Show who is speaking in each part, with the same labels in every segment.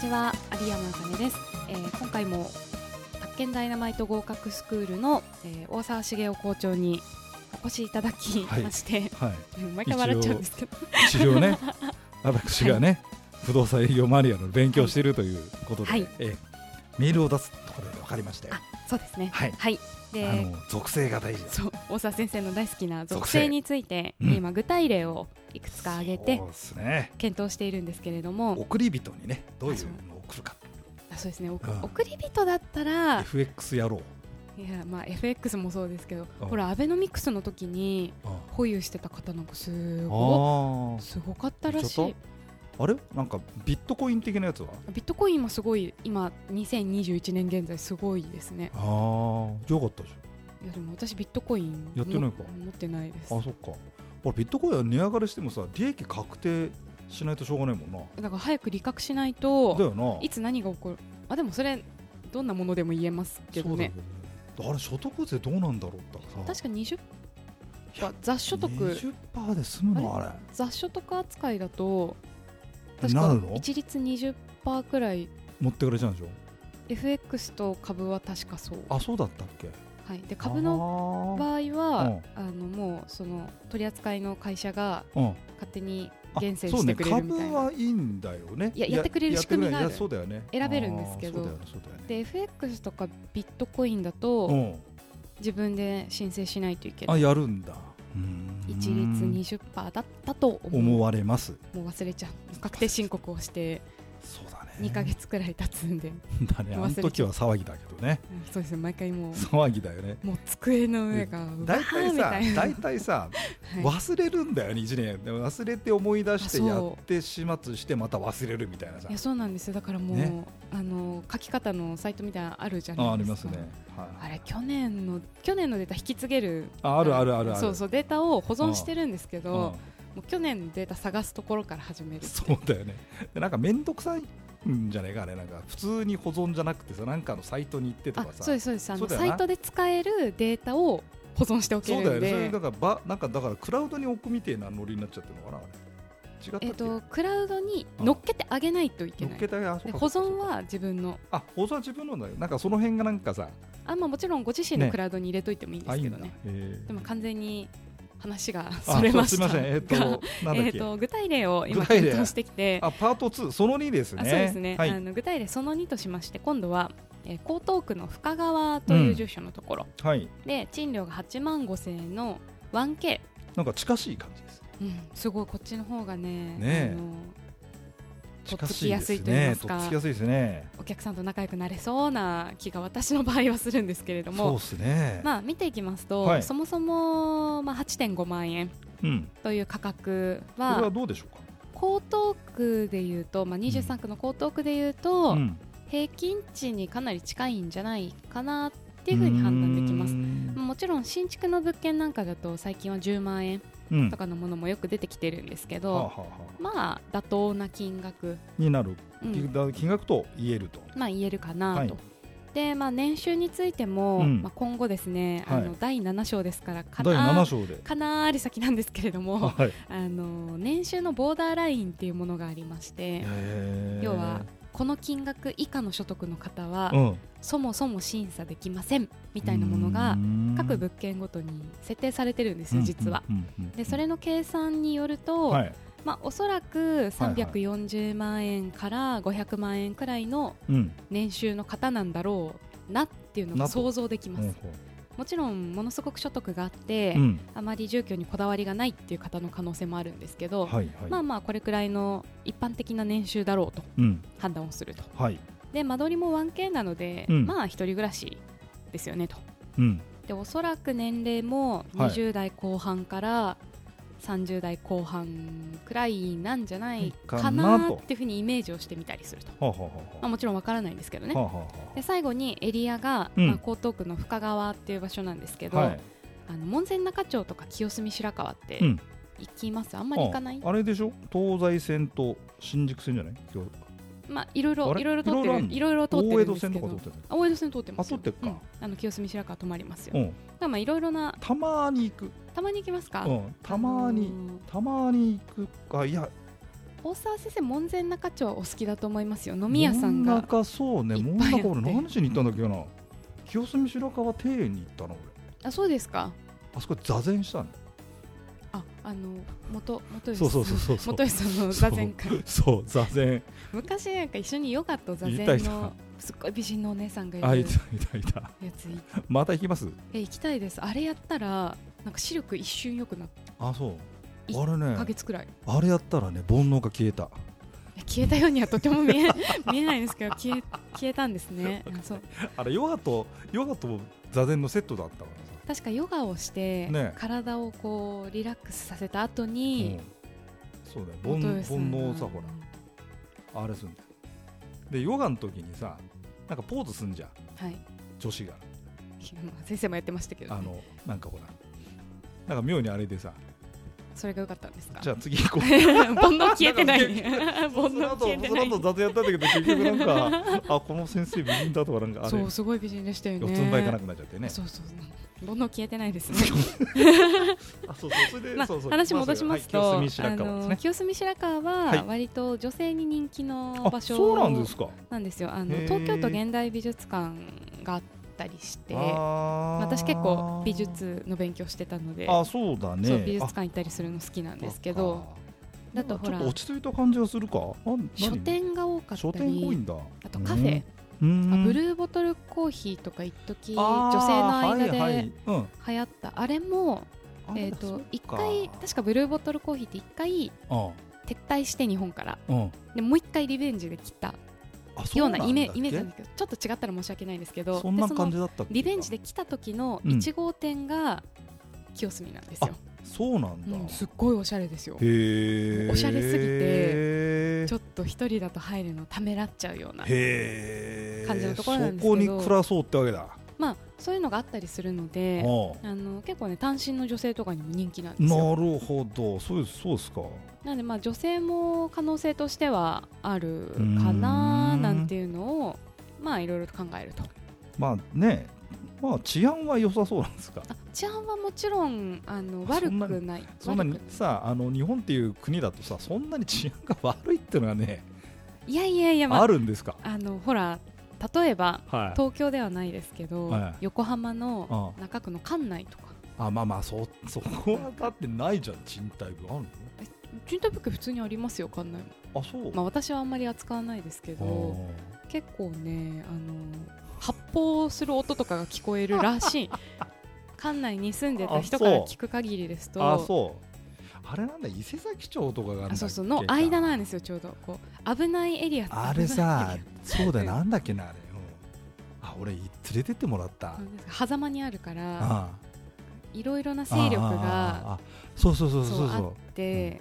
Speaker 1: 入山あかねです、えー今回も宅建ダイナマイト合格スクールの、えー大沢茂雄校長にお越しいただき
Speaker 2: はい
Speaker 1: まして、
Speaker 2: はい、
Speaker 1: 毎回笑っちゃうんですけど
Speaker 2: 一応ね、私がね、不動産営業マニュアルを勉強しているということで、
Speaker 1: はい
Speaker 2: ええメールを出すところで分かりましたよ。
Speaker 1: あそうですね
Speaker 2: はい
Speaker 1: で
Speaker 2: あの属性が大事だ。
Speaker 1: そう大沢先生の大好きな属
Speaker 2: 属性
Speaker 1: 性について、
Speaker 2: うん
Speaker 1: 今具体例をいくつか挙げて
Speaker 2: そうですね。
Speaker 1: 検討しているんですけれども
Speaker 2: 送り人にね、どういうのを送るか。
Speaker 1: あそうですねおく
Speaker 2: うん
Speaker 1: 送り人だったら
Speaker 2: FX 野郎。
Speaker 1: いや、まあ、FX もそうですけど
Speaker 2: うん
Speaker 1: ほらアベノミクスの時に
Speaker 2: あ
Speaker 1: 保有してた方なんかすご
Speaker 2: あ
Speaker 1: すごかったらし
Speaker 2: ちょっ
Speaker 1: い
Speaker 2: あれなんかビットコイン的なやつは
Speaker 1: ビットコインもすごい今2021年現在すごいですね
Speaker 2: ああよかったじ
Speaker 1: いやでも私ビットコイン
Speaker 2: やってないか
Speaker 1: も持ってないです
Speaker 2: ゃんあそっかほらビットコインは値上がりしてもさ利益確定しないとしょうがないもんな
Speaker 1: だから早く利確しない
Speaker 2: だ
Speaker 1: と
Speaker 2: よない
Speaker 1: つ何が起こるあでもそれどんなものでも言えますけ
Speaker 2: そ
Speaker 1: ど
Speaker 2: うだよ
Speaker 1: ね
Speaker 2: ねあれ所得税どうなんだろうってさ
Speaker 1: 確か20%
Speaker 2: いや
Speaker 1: 雑所得
Speaker 2: 20%で済むのあれ
Speaker 1: 雑所得扱いだと確
Speaker 2: な
Speaker 1: か
Speaker 2: るの
Speaker 1: 一律20%くらい
Speaker 2: 持ってかれちゃうんでしょ
Speaker 1: FX と株は確かそう、
Speaker 2: あそうだったっけ
Speaker 1: はい、で株の場合
Speaker 2: 合
Speaker 1: はあのもうその取り扱いの会社が
Speaker 2: うん
Speaker 1: 勝手に
Speaker 2: あ
Speaker 1: 厳選してくれるみたいな
Speaker 2: そうね株はいいんだよね
Speaker 1: いややってくれる仕組みがある
Speaker 2: やってくれいやそうだよね
Speaker 1: 選べるんですけど
Speaker 2: あーそうだよね
Speaker 1: で FX とかビットコインだ
Speaker 2: そうだ
Speaker 1: と
Speaker 2: よね
Speaker 1: 自分で申請しないといけ
Speaker 2: うん
Speaker 1: な
Speaker 2: あ
Speaker 1: い
Speaker 2: やるんだうーん
Speaker 1: 一律20%だったと思う
Speaker 2: 思われます
Speaker 1: もう忘れちゃう確定申告をして
Speaker 2: そうだね
Speaker 1: 2か 月くらい経つんで、
Speaker 2: だね
Speaker 1: 忘
Speaker 2: あの
Speaker 1: れちゃう
Speaker 2: 時は騒ぎだけどね
Speaker 1: うんそうですね毎回もう
Speaker 2: 騒ぎだよね
Speaker 1: もう机の上が
Speaker 2: 大体
Speaker 1: うわー
Speaker 2: さ
Speaker 1: みたいな
Speaker 2: 大体さ
Speaker 1: はい
Speaker 2: 忘れるんだよね1年でも忘れて思い出し
Speaker 1: あ
Speaker 2: て
Speaker 1: そう
Speaker 2: やって始末してまた忘れるみたいなさ
Speaker 1: いやそうなんですよだからもう、
Speaker 2: ね
Speaker 1: あの書き方のサイトみたいなのあるじゃないですか
Speaker 2: あありますね、はい、
Speaker 1: あれ去年の去年のデータ引き継げる
Speaker 2: ああるあるあるある
Speaker 1: そうそうデータを保存してるんですけど
Speaker 2: うん
Speaker 1: もう去年のデータ探すところから始める
Speaker 2: そうだよねでなんか面倒くさいんじゃないかあれなんか普通に保存じゃなくてさなんかのサイトに行ってと
Speaker 1: あ
Speaker 2: かさ
Speaker 1: そうですそうですあ
Speaker 2: そ
Speaker 1: の
Speaker 2: うだよ
Speaker 1: サ
Speaker 2: な
Speaker 1: イトで使えるデータを保存しておけ
Speaker 2: そう
Speaker 1: る
Speaker 2: だ
Speaker 1: ん
Speaker 2: よ
Speaker 1: で
Speaker 2: ねそれだからばなんかだからクラウドに置くみたいなノリになっちゃってるのかなあれ違ったっけ、
Speaker 1: えっとクラウドに乗っけてあげないといけ
Speaker 2: 乗
Speaker 1: な
Speaker 2: っ
Speaker 1: い
Speaker 2: けたあそ
Speaker 1: で
Speaker 2: うか
Speaker 1: 保存
Speaker 2: そうか
Speaker 1: は自分の
Speaker 2: あ保存は自分のだよなんかその辺がなんかさ
Speaker 1: あ、まあ、もちろんご自身の
Speaker 2: ね
Speaker 1: クラウドに入れといてもいいんで
Speaker 2: あ
Speaker 1: す
Speaker 2: いい
Speaker 1: け
Speaker 2: ん
Speaker 1: ど
Speaker 2: だ
Speaker 1: ね
Speaker 2: えー
Speaker 1: でも完全に話が
Speaker 2: あ
Speaker 1: それました
Speaker 2: そうすみませんえっ、と
Speaker 1: が
Speaker 2: なんだっ
Speaker 1: えー
Speaker 2: け、
Speaker 1: と具体例を今
Speaker 2: 具体例
Speaker 1: 検討してきて
Speaker 2: あパート2その2ですね
Speaker 1: あそうですね、
Speaker 2: はい
Speaker 1: あの具体例その2としまして今度は、えー江東区の深川という住所のところ、
Speaker 2: はい
Speaker 1: で賃料が8万5千円の 1K、
Speaker 2: なんか近しい感じです
Speaker 1: うん、すごいこっちの方がね
Speaker 2: ねえ
Speaker 1: あのとっ
Speaker 2: 近
Speaker 1: つ
Speaker 2: し
Speaker 1: き
Speaker 2: いで
Speaker 1: やす
Speaker 2: す
Speaker 1: いと言い
Speaker 2: ね
Speaker 1: ます
Speaker 2: とっ
Speaker 1: か
Speaker 2: つきやすいですね
Speaker 1: お客さんと仲良くなれそうな気が私の場合はするんですけれど
Speaker 2: そう
Speaker 1: も
Speaker 2: で、すね、
Speaker 1: まあ、見ていきますと、
Speaker 2: はい
Speaker 1: そもそも、まあ、8.5万円
Speaker 2: うん
Speaker 1: という価格
Speaker 2: これは
Speaker 1: は
Speaker 2: どうでしょうか
Speaker 1: 江東区でいうと、まあ、23区の江東区でいうと、
Speaker 2: ん、っ
Speaker 1: 平均値にかなり近いんじゃないかなっていうふうに判断できます。もちろん新築の物件なんかだと最近は10万円
Speaker 2: うん
Speaker 1: とかのものもよく出てきてるんですけ
Speaker 2: はあは
Speaker 1: ど、
Speaker 2: あはあ
Speaker 1: まあ妥当な金額、
Speaker 2: になる
Speaker 1: うん
Speaker 2: 金額金額と言えると、
Speaker 1: まあ言えるかなと。
Speaker 2: はい
Speaker 1: でまあ、年収についても、
Speaker 2: うん
Speaker 1: まあ、今後ですね、あ
Speaker 2: は
Speaker 1: の
Speaker 2: い
Speaker 1: 第7章ですからか
Speaker 2: 第7
Speaker 1: な
Speaker 2: 章で、
Speaker 1: かなーり先なんですけれども
Speaker 2: はい
Speaker 1: あの年収のボーダーラインっていうものがありまして
Speaker 2: へー
Speaker 1: 要はこの金額以下の所得の方は
Speaker 2: うん、
Speaker 1: そもそも審査できませんみたいなものが各物件ごとに設定されてるんですよ、実は。
Speaker 2: うんうんうんうん
Speaker 1: でそれの計算によると、
Speaker 2: はい
Speaker 1: まあ、おそらく340万円から500万円くらいの
Speaker 2: うん
Speaker 1: 年収の方なんだろうなっていうのが
Speaker 2: なと
Speaker 1: 想像できます
Speaker 2: うん
Speaker 1: もちろんものすごく所得があって、
Speaker 2: うん
Speaker 1: あまり住居にこだわりがないっていう方の可能性もあるんですけど、
Speaker 2: はいはい
Speaker 1: まあまあこれくらいの一般的な年収だろうと
Speaker 2: うん
Speaker 1: 判断をすると
Speaker 2: はい
Speaker 1: で間取りも 1K なので、
Speaker 2: うん
Speaker 1: まあ一人暮らしですよねと
Speaker 2: うん
Speaker 1: でおそらく年齢も
Speaker 2: はい
Speaker 1: 20代後半から30代後半くらいなんじゃないか
Speaker 2: かな
Speaker 1: な
Speaker 2: と
Speaker 1: っていうふうにイメージをしてみたりすると、
Speaker 2: はあはあは
Speaker 1: まあ、もちろんわからないんですけどね
Speaker 2: あはあはあは
Speaker 1: で最後にエリアが、
Speaker 2: うん
Speaker 1: まあ、江東区の深川っていう場所なんですけ
Speaker 2: あ
Speaker 1: ど、
Speaker 2: はい
Speaker 1: あの門前仲町とか清澄白河って
Speaker 2: う
Speaker 1: 行
Speaker 2: ん
Speaker 1: きます、あんまり行かない
Speaker 2: ああれでしょ東西線と新宿線じゃない今日
Speaker 1: まあいろい
Speaker 2: あ
Speaker 1: ろ
Speaker 2: れ
Speaker 1: いろいろ通ってるい
Speaker 2: い
Speaker 1: ろいろ通って
Speaker 2: 大
Speaker 1: る
Speaker 2: 江
Speaker 1: ん
Speaker 2: 戸
Speaker 1: です
Speaker 2: 線
Speaker 1: け
Speaker 2: とか
Speaker 1: ど
Speaker 2: 通ってる
Speaker 1: あ大江戸線通ってますよ
Speaker 2: あ通ってっか
Speaker 1: うんあの清澄白河止まりますよ、だ
Speaker 2: う
Speaker 1: か
Speaker 2: ん
Speaker 1: らまあいろいろな
Speaker 2: たまーに行く
Speaker 1: たまに行きますか、
Speaker 2: うんたまー
Speaker 1: あ
Speaker 2: に
Speaker 1: のー
Speaker 2: たまーに行くかいや
Speaker 1: 大沢先生門前仲町はお好きだと思いますよ飲み屋さん
Speaker 2: 門
Speaker 1: が
Speaker 2: 中そうね
Speaker 1: いっぱいあっ
Speaker 2: 門
Speaker 1: て
Speaker 2: 中俺何時に行ったんだっけな清澄白河庭園に行ったの俺
Speaker 1: あそうですか
Speaker 2: あそこで座禅したの
Speaker 1: ああの元元吉
Speaker 2: そうそうそうそうそう
Speaker 1: 元吉さんの座禅会
Speaker 2: そう座禅
Speaker 1: 昔なんか一緒にヨガと座
Speaker 2: い
Speaker 1: 禅
Speaker 2: たいた
Speaker 1: のすっごい美人のお姉さんが
Speaker 2: あ
Speaker 1: い
Speaker 2: い
Speaker 1: る
Speaker 2: たいたいた
Speaker 1: やつい
Speaker 2: また行きます
Speaker 1: え行きたいですあれやったらなんか視力一瞬良くなっ
Speaker 2: あそう
Speaker 1: い
Speaker 2: あれ
Speaker 1: た1ヶ
Speaker 2: ね
Speaker 1: 月くらい
Speaker 2: あれやったらね煩悩が消えた
Speaker 1: え消えたようにはとても見え 見えないですけど消え消えたんです ね あそう
Speaker 2: あれヨガとヨガと座禅のセットだったからさ
Speaker 1: 確かヨガをして、
Speaker 2: ね
Speaker 1: 体をこうリラックスさせた後に、
Speaker 2: そうだよ
Speaker 1: 本
Speaker 2: 煩
Speaker 1: 当
Speaker 2: 煩
Speaker 1: ですね
Speaker 2: 悩をさほらあれすんだよでヨガの時にさなんかポーズすんじゃん
Speaker 1: はい
Speaker 2: 女子が
Speaker 1: 先生もやってましたけど、
Speaker 2: あのなんかほらなんか妙にあれでさ
Speaker 1: それが良かったんですか
Speaker 2: じゃあ次行こ う
Speaker 1: 煩悩消えてない
Speaker 2: な
Speaker 1: 煩
Speaker 2: んその
Speaker 1: 悩
Speaker 2: 後
Speaker 1: 消えてない
Speaker 2: その後雑談やったんだけど結局なんかあこの先生美人だとかなんかあれ
Speaker 1: そ
Speaker 2: 四
Speaker 1: うすごい美人でしたよね
Speaker 2: つん這いかなくなっちゃってね
Speaker 1: そうそうそう煩悩消えてないです ね
Speaker 2: あそうそうそれで、
Speaker 1: まあ
Speaker 2: そうそう
Speaker 1: 話戻しますと、
Speaker 2: まあそうはい清澄白河です
Speaker 1: あ
Speaker 2: ね
Speaker 1: の清澄白河
Speaker 2: はい
Speaker 1: は割と女性に人気の場
Speaker 2: あ
Speaker 1: 所
Speaker 2: そうなんですか
Speaker 1: なんですよあの
Speaker 2: へー
Speaker 1: 東京都現代美術館があったりして私
Speaker 2: 私
Speaker 1: 結構美術の勉強してたので
Speaker 2: あそうだね
Speaker 1: そう美術
Speaker 2: あ
Speaker 1: 館行ったりするの好きなんですけ
Speaker 2: そっ
Speaker 1: ど
Speaker 2: か
Speaker 1: だとほ
Speaker 2: ちょ
Speaker 1: ら
Speaker 2: っと落ち着いた感じがするかあ何
Speaker 1: 書店が多かった
Speaker 2: 書店が多い
Speaker 1: り
Speaker 2: んだ
Speaker 1: あとカフェ、
Speaker 2: うん
Speaker 1: まあブ
Speaker 2: ー
Speaker 1: ルーボトルコーヒーとか一時
Speaker 2: あー
Speaker 1: 女性の間
Speaker 2: はいは
Speaker 1: で
Speaker 2: いうん
Speaker 1: 流行ったあれも
Speaker 2: あ
Speaker 1: え
Speaker 2: れ
Speaker 1: ー
Speaker 2: だそ
Speaker 1: と
Speaker 2: っか
Speaker 1: 一回確かブルーボトルコーヒーって一回撤退して日本から
Speaker 2: うんうん
Speaker 1: でもう一回リベンジで来た
Speaker 2: あそ
Speaker 1: よう
Speaker 2: な
Speaker 1: なん
Speaker 2: だっけ
Speaker 1: イメイメージなんですけどちょっと違ったら申し訳ないんですけど
Speaker 2: そん
Speaker 1: で
Speaker 2: な感
Speaker 1: その
Speaker 2: じだったっけ
Speaker 1: リベンジで来た時の
Speaker 2: うん
Speaker 1: 1号店が清澄なんですよ、
Speaker 2: そうなんだ、
Speaker 1: うんすっごいおしゃれですよ
Speaker 2: へえ
Speaker 1: おしゃれすぎ
Speaker 2: て
Speaker 1: ちょっと一人だと入るのためらっちゃうような
Speaker 2: へえ
Speaker 1: 感じのところなんですけど
Speaker 2: そこに暮らそうってわけだ、
Speaker 1: まあそういうのがあったりするので
Speaker 2: うん
Speaker 1: あの結構ね単身の女性とかにも人気なんですよ
Speaker 2: なるほどそうですそうですか
Speaker 1: なのでまあ女性も可能性としてはあるかな
Speaker 2: うーん
Speaker 1: なんていうのをまあいろいろと考えると
Speaker 2: まあねまあ治安は良さそうなんですか
Speaker 1: あ治安はもちろんあの
Speaker 2: あそ
Speaker 1: 悪
Speaker 2: んな
Speaker 1: くない
Speaker 2: そんな
Speaker 1: 悪
Speaker 2: に
Speaker 1: く
Speaker 2: さあの日本っていう国だとさそんなに治安が悪いっていうのがね、
Speaker 1: いやいやいや、まあ、
Speaker 2: あ
Speaker 1: あ
Speaker 2: るんですか
Speaker 1: のほら例えば
Speaker 2: はい
Speaker 1: 東京ではないですけど、
Speaker 2: はい
Speaker 1: 横浜の
Speaker 2: あ
Speaker 1: 中区の館内とか
Speaker 2: あまあまあそそこはだってないじゃん賃貸分ある
Speaker 1: 賃貸物件普通にありますよ館内も、
Speaker 2: のあそう、
Speaker 1: まあ、私はあんまり扱わないですけ
Speaker 2: あ
Speaker 1: ど
Speaker 2: ー
Speaker 1: 結構ねあの発砲する音とかが聞こえるら しい館内に住んでた人から聞く限りですと
Speaker 2: あそうあれなんだ伊勢崎町とかがあるんだ
Speaker 1: あ
Speaker 2: っけ
Speaker 1: そうそうの間なんですよちょうどこう危ないエリアって
Speaker 2: あ れさ
Speaker 1: 危ないエリ
Speaker 2: そうだよ
Speaker 1: うん
Speaker 2: なんだっけなあれ、うんあ俺い連れてってもらった、
Speaker 1: アなんですか狭間にあるから
Speaker 2: あ
Speaker 1: いろいろな
Speaker 2: あ
Speaker 1: 勢力
Speaker 2: ああ
Speaker 1: が
Speaker 2: あそうそうそうそ
Speaker 1: そ
Speaker 2: うそうう
Speaker 1: あって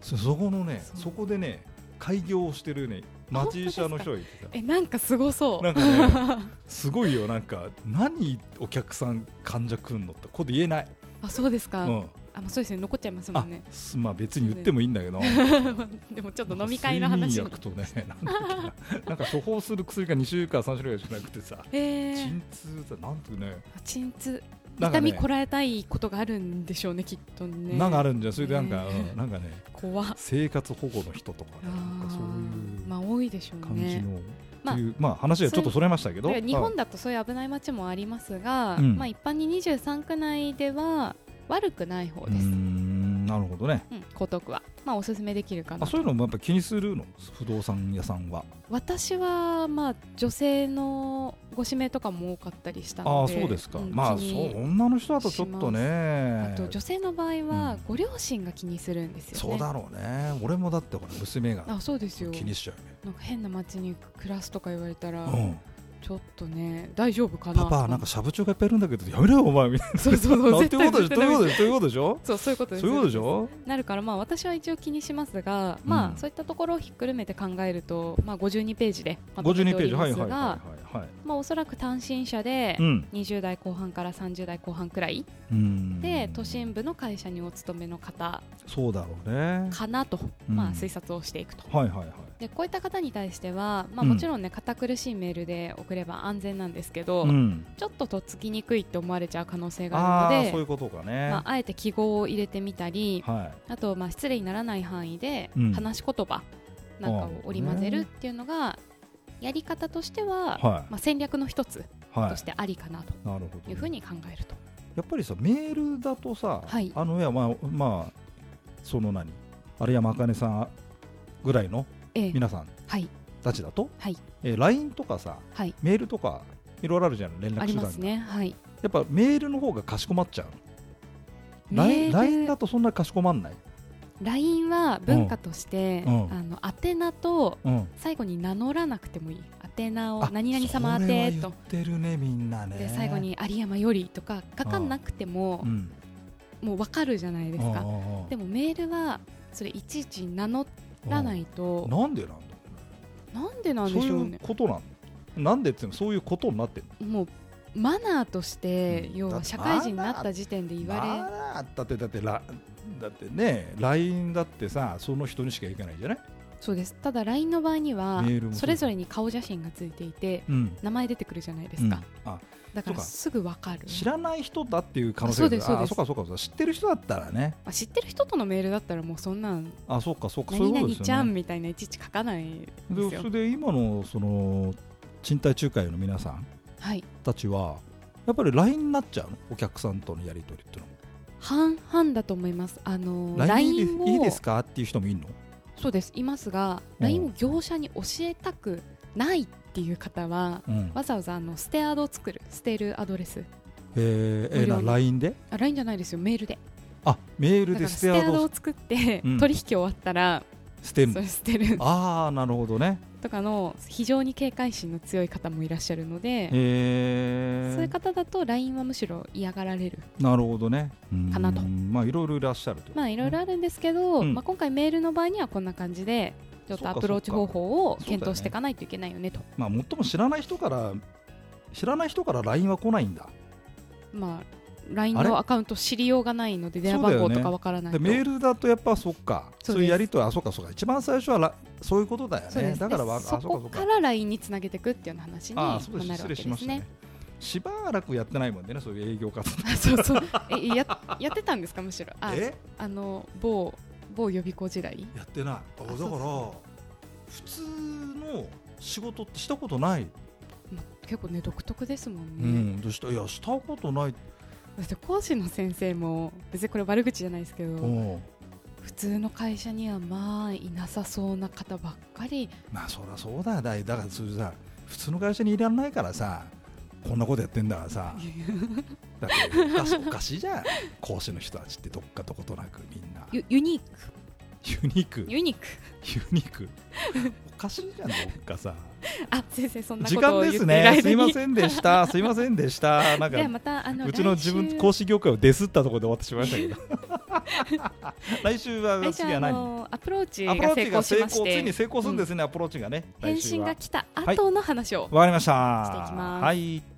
Speaker 2: そそこのね
Speaker 1: そう
Speaker 2: そこでね開業してるね町医者の人がいてさ
Speaker 1: えなんかすごそ
Speaker 2: な んかねすごいよなんか何お客さん患者来んのってここで言えない、
Speaker 1: うあそうです
Speaker 2: う
Speaker 1: か
Speaker 2: ん、
Speaker 1: あもうそうですね残っちゃいますも
Speaker 2: あ、
Speaker 1: んね
Speaker 2: すまあ別に言ってもいいんだけど
Speaker 1: でもちょっと飲み会の話
Speaker 2: 睡眠薬とね なんだっけななんか処方する薬が2週間3種類しかなくてさ
Speaker 1: えー
Speaker 2: 鎮痛さなんていうね
Speaker 1: 鎮痛
Speaker 2: なんか
Speaker 1: 痛みこ
Speaker 2: ね
Speaker 1: らえたいことがあるんでしょうねきっとね
Speaker 2: なんかあるんじゃんそれでなんか、
Speaker 1: ね
Speaker 2: うんなんかね
Speaker 1: 怖っ
Speaker 2: 生活保護の人とかねなんかそう
Speaker 1: あー
Speaker 2: い
Speaker 1: まあ多いでしょ
Speaker 2: う
Speaker 1: う
Speaker 2: 感じ
Speaker 1: ね
Speaker 2: の、
Speaker 1: まあ
Speaker 2: っていうまあ話はちょっとそれましたけど
Speaker 1: だから日本だとそういう危ない街もありますが、
Speaker 2: うん
Speaker 1: まあ一般に23区内では悪くない方
Speaker 2: うー
Speaker 1: です、うん
Speaker 2: んなるほどね
Speaker 1: 江東区はまあおすすめできるか
Speaker 2: あ
Speaker 1: な
Speaker 2: そういうのもやっぱ気にするの不動産屋さんは
Speaker 1: 私はまあ女性のご指名とかも多かったりした
Speaker 2: あ
Speaker 1: の
Speaker 2: あ
Speaker 1: で
Speaker 2: そうですか、
Speaker 1: ん
Speaker 2: まあ
Speaker 1: 気
Speaker 2: そう
Speaker 1: に
Speaker 2: 女の人だとちょっとね
Speaker 1: あと女性の場合は
Speaker 2: うん
Speaker 1: ご両親が気にするんですよね、
Speaker 2: そうだろうね俺もだってほら娘が
Speaker 1: あそうですよ
Speaker 2: 気にしちゃうよね
Speaker 1: なんか変な街に暮らすとか言われたら、
Speaker 2: うん、
Speaker 1: ちょっとね大丈夫かな
Speaker 2: パパなんかしゃぶちょがいっぱいいるんだけどやめろよお前みたい
Speaker 1: そうそう
Speaker 2: な
Speaker 1: そ
Speaker 2: な
Speaker 1: うん
Speaker 2: ていうことでしょ
Speaker 1: 絶
Speaker 2: という
Speaker 1: 対
Speaker 2: ことでしょということでしょ
Speaker 1: そうそういうことです
Speaker 2: そういうことでしょ
Speaker 1: なるからまあ私は一応気にしますが、ま
Speaker 2: うん
Speaker 1: あそういったところをひっくるめて考えると、まあ、52ページでまとめて
Speaker 2: 52
Speaker 1: お
Speaker 2: ペー
Speaker 1: り
Speaker 2: ジ
Speaker 1: ま
Speaker 2: はい
Speaker 1: す
Speaker 2: はいはい
Speaker 1: が
Speaker 2: はいはい
Speaker 1: まあおそらく単身者で
Speaker 2: うん
Speaker 1: 20代後半から30代後半くらい
Speaker 2: うん
Speaker 1: で都心部の会社にお勤めの方
Speaker 2: そうだろうね
Speaker 1: かなと、
Speaker 2: うん
Speaker 1: まあ推察をしていくと
Speaker 2: はいはいはい
Speaker 1: でこういった方に対しては、まあ、
Speaker 2: うん
Speaker 1: もちろんね、堅苦しいメールで送れば安全なんですけど、
Speaker 2: うん、
Speaker 1: ちょっととっつきにくいって思われちゃう可能性が
Speaker 2: あ
Speaker 1: あ
Speaker 2: あ
Speaker 1: る
Speaker 2: ー
Speaker 1: の
Speaker 2: そうい
Speaker 1: で
Speaker 2: うことかね、
Speaker 1: まあ、あえて記号を入れてみたり
Speaker 2: は
Speaker 1: あと、まあ、失礼にならない範囲で
Speaker 2: うん
Speaker 1: 話し言葉なんかを織り交ぜるっていうのがやり方としては、
Speaker 2: いは
Speaker 1: まあ、戦略の一つ
Speaker 2: いは
Speaker 1: としてありかなと
Speaker 2: いなるほど
Speaker 1: いうふうに考えると。
Speaker 2: やっぱりさメールだとさ、
Speaker 1: はい
Speaker 2: あのいやまあまあその何あるいはまかねさんぐらいの
Speaker 1: ええ
Speaker 2: 皆さん
Speaker 1: はい
Speaker 2: たちだと、
Speaker 1: はい
Speaker 2: えー LINE とかさ
Speaker 1: はい
Speaker 2: メールとかいろいろあるじゃん連絡
Speaker 1: あ
Speaker 2: 手
Speaker 1: り
Speaker 2: 段が
Speaker 1: ますね。はい。
Speaker 2: やっぱメールの方がかしこまっちゃう
Speaker 1: メ
Speaker 2: LINE,
Speaker 1: ー
Speaker 2: LINE
Speaker 1: ル
Speaker 2: だとそんなかしこまんない、
Speaker 1: LINE は文化として、
Speaker 2: うん
Speaker 1: あの宛名と
Speaker 2: うん、
Speaker 1: 最後に名乗らなくてもいい宛名
Speaker 2: あ
Speaker 1: を何々様宛
Speaker 2: それは
Speaker 1: て
Speaker 2: 言
Speaker 1: と
Speaker 2: ってるねみんなね
Speaker 1: で最後に有山よりとか書かなくても
Speaker 2: うん
Speaker 1: もう分かるじゃないです
Speaker 2: う
Speaker 1: か
Speaker 2: んうんうん
Speaker 1: でもメールはそれいちいち名乗らないと
Speaker 2: なんでなんだろ
Speaker 1: なんでな
Speaker 2: うんね
Speaker 1: でし
Speaker 2: そ
Speaker 1: ょ
Speaker 2: う
Speaker 1: う
Speaker 2: い
Speaker 1: ね
Speaker 2: うことなのなんでっていうのそういうことになってる
Speaker 1: もうマナーとして
Speaker 2: うん
Speaker 1: 要
Speaker 2: だっ
Speaker 1: は
Speaker 2: て
Speaker 1: 社会人になった時点で言わ
Speaker 2: まあだってだってらだってね LINE だってさその人にしか行けないじゃない、
Speaker 1: れそうですただ LINE の場合には
Speaker 2: メールもそう
Speaker 1: それぞれに顔写真がついていて
Speaker 2: うん
Speaker 1: 名前出てくるじゃないですか
Speaker 2: うんあ
Speaker 1: だから
Speaker 2: そうか
Speaker 1: すぐ分かる
Speaker 2: 知らない人だっていう可能性がある
Speaker 1: あそうです
Speaker 2: あそうかそうかそうか知ってる人だったらね
Speaker 1: まあ知ってる人とのメールだったらもうそんなん
Speaker 2: あそうかそうかそうい
Speaker 1: 何々
Speaker 2: うことです
Speaker 1: ち
Speaker 2: よ
Speaker 1: ゃん
Speaker 2: ね
Speaker 1: みたいないちいち書かないです
Speaker 2: で
Speaker 1: よ
Speaker 2: それで今のその賃貸仲介の皆さん
Speaker 1: はい
Speaker 2: たちはやっぱり LINE になっちゃうのお客さんとのやり取りっていう
Speaker 1: 半々だと思いますあの
Speaker 2: のは
Speaker 1: LINE
Speaker 2: で
Speaker 1: を
Speaker 2: いいですかっていう人もいるの
Speaker 1: そうですいますが
Speaker 2: うん
Speaker 1: LINE を業者に教えたくないっていう方は
Speaker 2: うん
Speaker 1: わざわざあのステアドを作る捨てるアドレス
Speaker 2: えーえー
Speaker 1: 無料
Speaker 2: な
Speaker 1: の
Speaker 2: LINE で
Speaker 1: あ LINE じゃないですよメールで
Speaker 2: あメー
Speaker 1: だ
Speaker 2: ル
Speaker 1: か
Speaker 2: で
Speaker 1: ら
Speaker 2: ス
Speaker 1: ス
Speaker 2: テ
Speaker 1: テ
Speaker 2: ア
Speaker 1: ア
Speaker 2: ド
Speaker 1: ド
Speaker 2: を
Speaker 1: を作って、
Speaker 2: うん
Speaker 1: 取引終わったら
Speaker 2: 捨てる
Speaker 1: それ捨てる
Speaker 2: ああなるほどね
Speaker 1: とかの非常に警戒心の強い方もいらっしゃるので、
Speaker 2: えー、
Speaker 1: そういう方だと LINE はむしろ嫌がられる
Speaker 2: なるほどね。
Speaker 1: かなと
Speaker 2: うーんまあいろいろいらっしゃると。
Speaker 1: まあいろいろあるんですけど、
Speaker 2: うん
Speaker 1: まあ、今回メールの場合にはこんな感じでちょっ
Speaker 2: そう
Speaker 1: と
Speaker 2: か
Speaker 1: アプローチ方法を
Speaker 2: そうか
Speaker 1: 検討していかないといけないよねと
Speaker 2: まあ最も知らない人から知らない人から LINE は来ないんだ。
Speaker 1: まあ LINE
Speaker 2: あれ
Speaker 1: のアカウント知りようがないので電話
Speaker 2: そうだ
Speaker 1: 番号
Speaker 2: よね
Speaker 1: とかわからない
Speaker 2: で
Speaker 1: と
Speaker 2: メールだとやっぱそっか。
Speaker 1: そ
Speaker 2: そう
Speaker 1: です
Speaker 2: ういうやりとりあそっかそっか。一番最初はらそういうことだよ
Speaker 1: そうで
Speaker 2: ね。
Speaker 1: す
Speaker 2: だからわあ
Speaker 1: でそこ
Speaker 2: っ
Speaker 1: か
Speaker 2: っ
Speaker 1: ら LINE につなげていくっていうような話にま
Speaker 2: あ
Speaker 1: あ
Speaker 2: あそうです
Speaker 1: なる
Speaker 2: 失
Speaker 1: わ
Speaker 2: 礼
Speaker 1: け
Speaker 2: し
Speaker 1: で
Speaker 2: ますしたね
Speaker 1: ね。。
Speaker 2: しばらくやってないもんでね、そういう営業活動。
Speaker 1: あそうそうえややってたんですかむしろあ
Speaker 2: え
Speaker 1: あの某某予備校時代
Speaker 2: やってない。あだから
Speaker 1: そう
Speaker 2: 普通の仕事ってしたことない。
Speaker 1: まあ結構ね独特ですもん
Speaker 2: う
Speaker 1: ね、
Speaker 2: ん。でしたいやしたことない。
Speaker 1: だって講師の先生も別にこれ悪口じゃないですけど、
Speaker 2: うん。
Speaker 1: 普通の会社にはまあいなさそうな方ばっかり
Speaker 2: まあそりゃそうだよだいだからそれさ普通の会社にいられないからさこんなことやってんだからさだっておかしおかしいじゃん講師の人たちってどっかどことなくみんなユ
Speaker 1: ユユニーク
Speaker 2: ニークユ
Speaker 1: ユニーク
Speaker 2: ニークおかしいじゃんどっかさ
Speaker 1: あ先生そんな
Speaker 2: 時
Speaker 1: こと
Speaker 2: 間
Speaker 1: を言
Speaker 2: で
Speaker 1: って
Speaker 2: す
Speaker 1: る間
Speaker 2: ね
Speaker 1: に
Speaker 2: すいませんでしたすいませんでしたなん
Speaker 1: では
Speaker 2: か
Speaker 1: またあの
Speaker 2: うちの自分講
Speaker 1: 師
Speaker 2: 師業界をデスったところで終わってしまいまし たけど来週は
Speaker 1: 来週
Speaker 2: 次は
Speaker 1: あ
Speaker 2: 何
Speaker 1: のアプローチ
Speaker 2: アプロ
Speaker 1: が
Speaker 2: ー
Speaker 1: 成
Speaker 2: チが
Speaker 1: 功
Speaker 2: 成
Speaker 1: しまし
Speaker 2: 功ついに
Speaker 1: て
Speaker 2: 成功するんですね、アプローチがね
Speaker 1: 返
Speaker 2: 来週
Speaker 1: 信
Speaker 2: は
Speaker 1: が来た後の話を
Speaker 2: わかりました。
Speaker 1: していきます
Speaker 2: はい。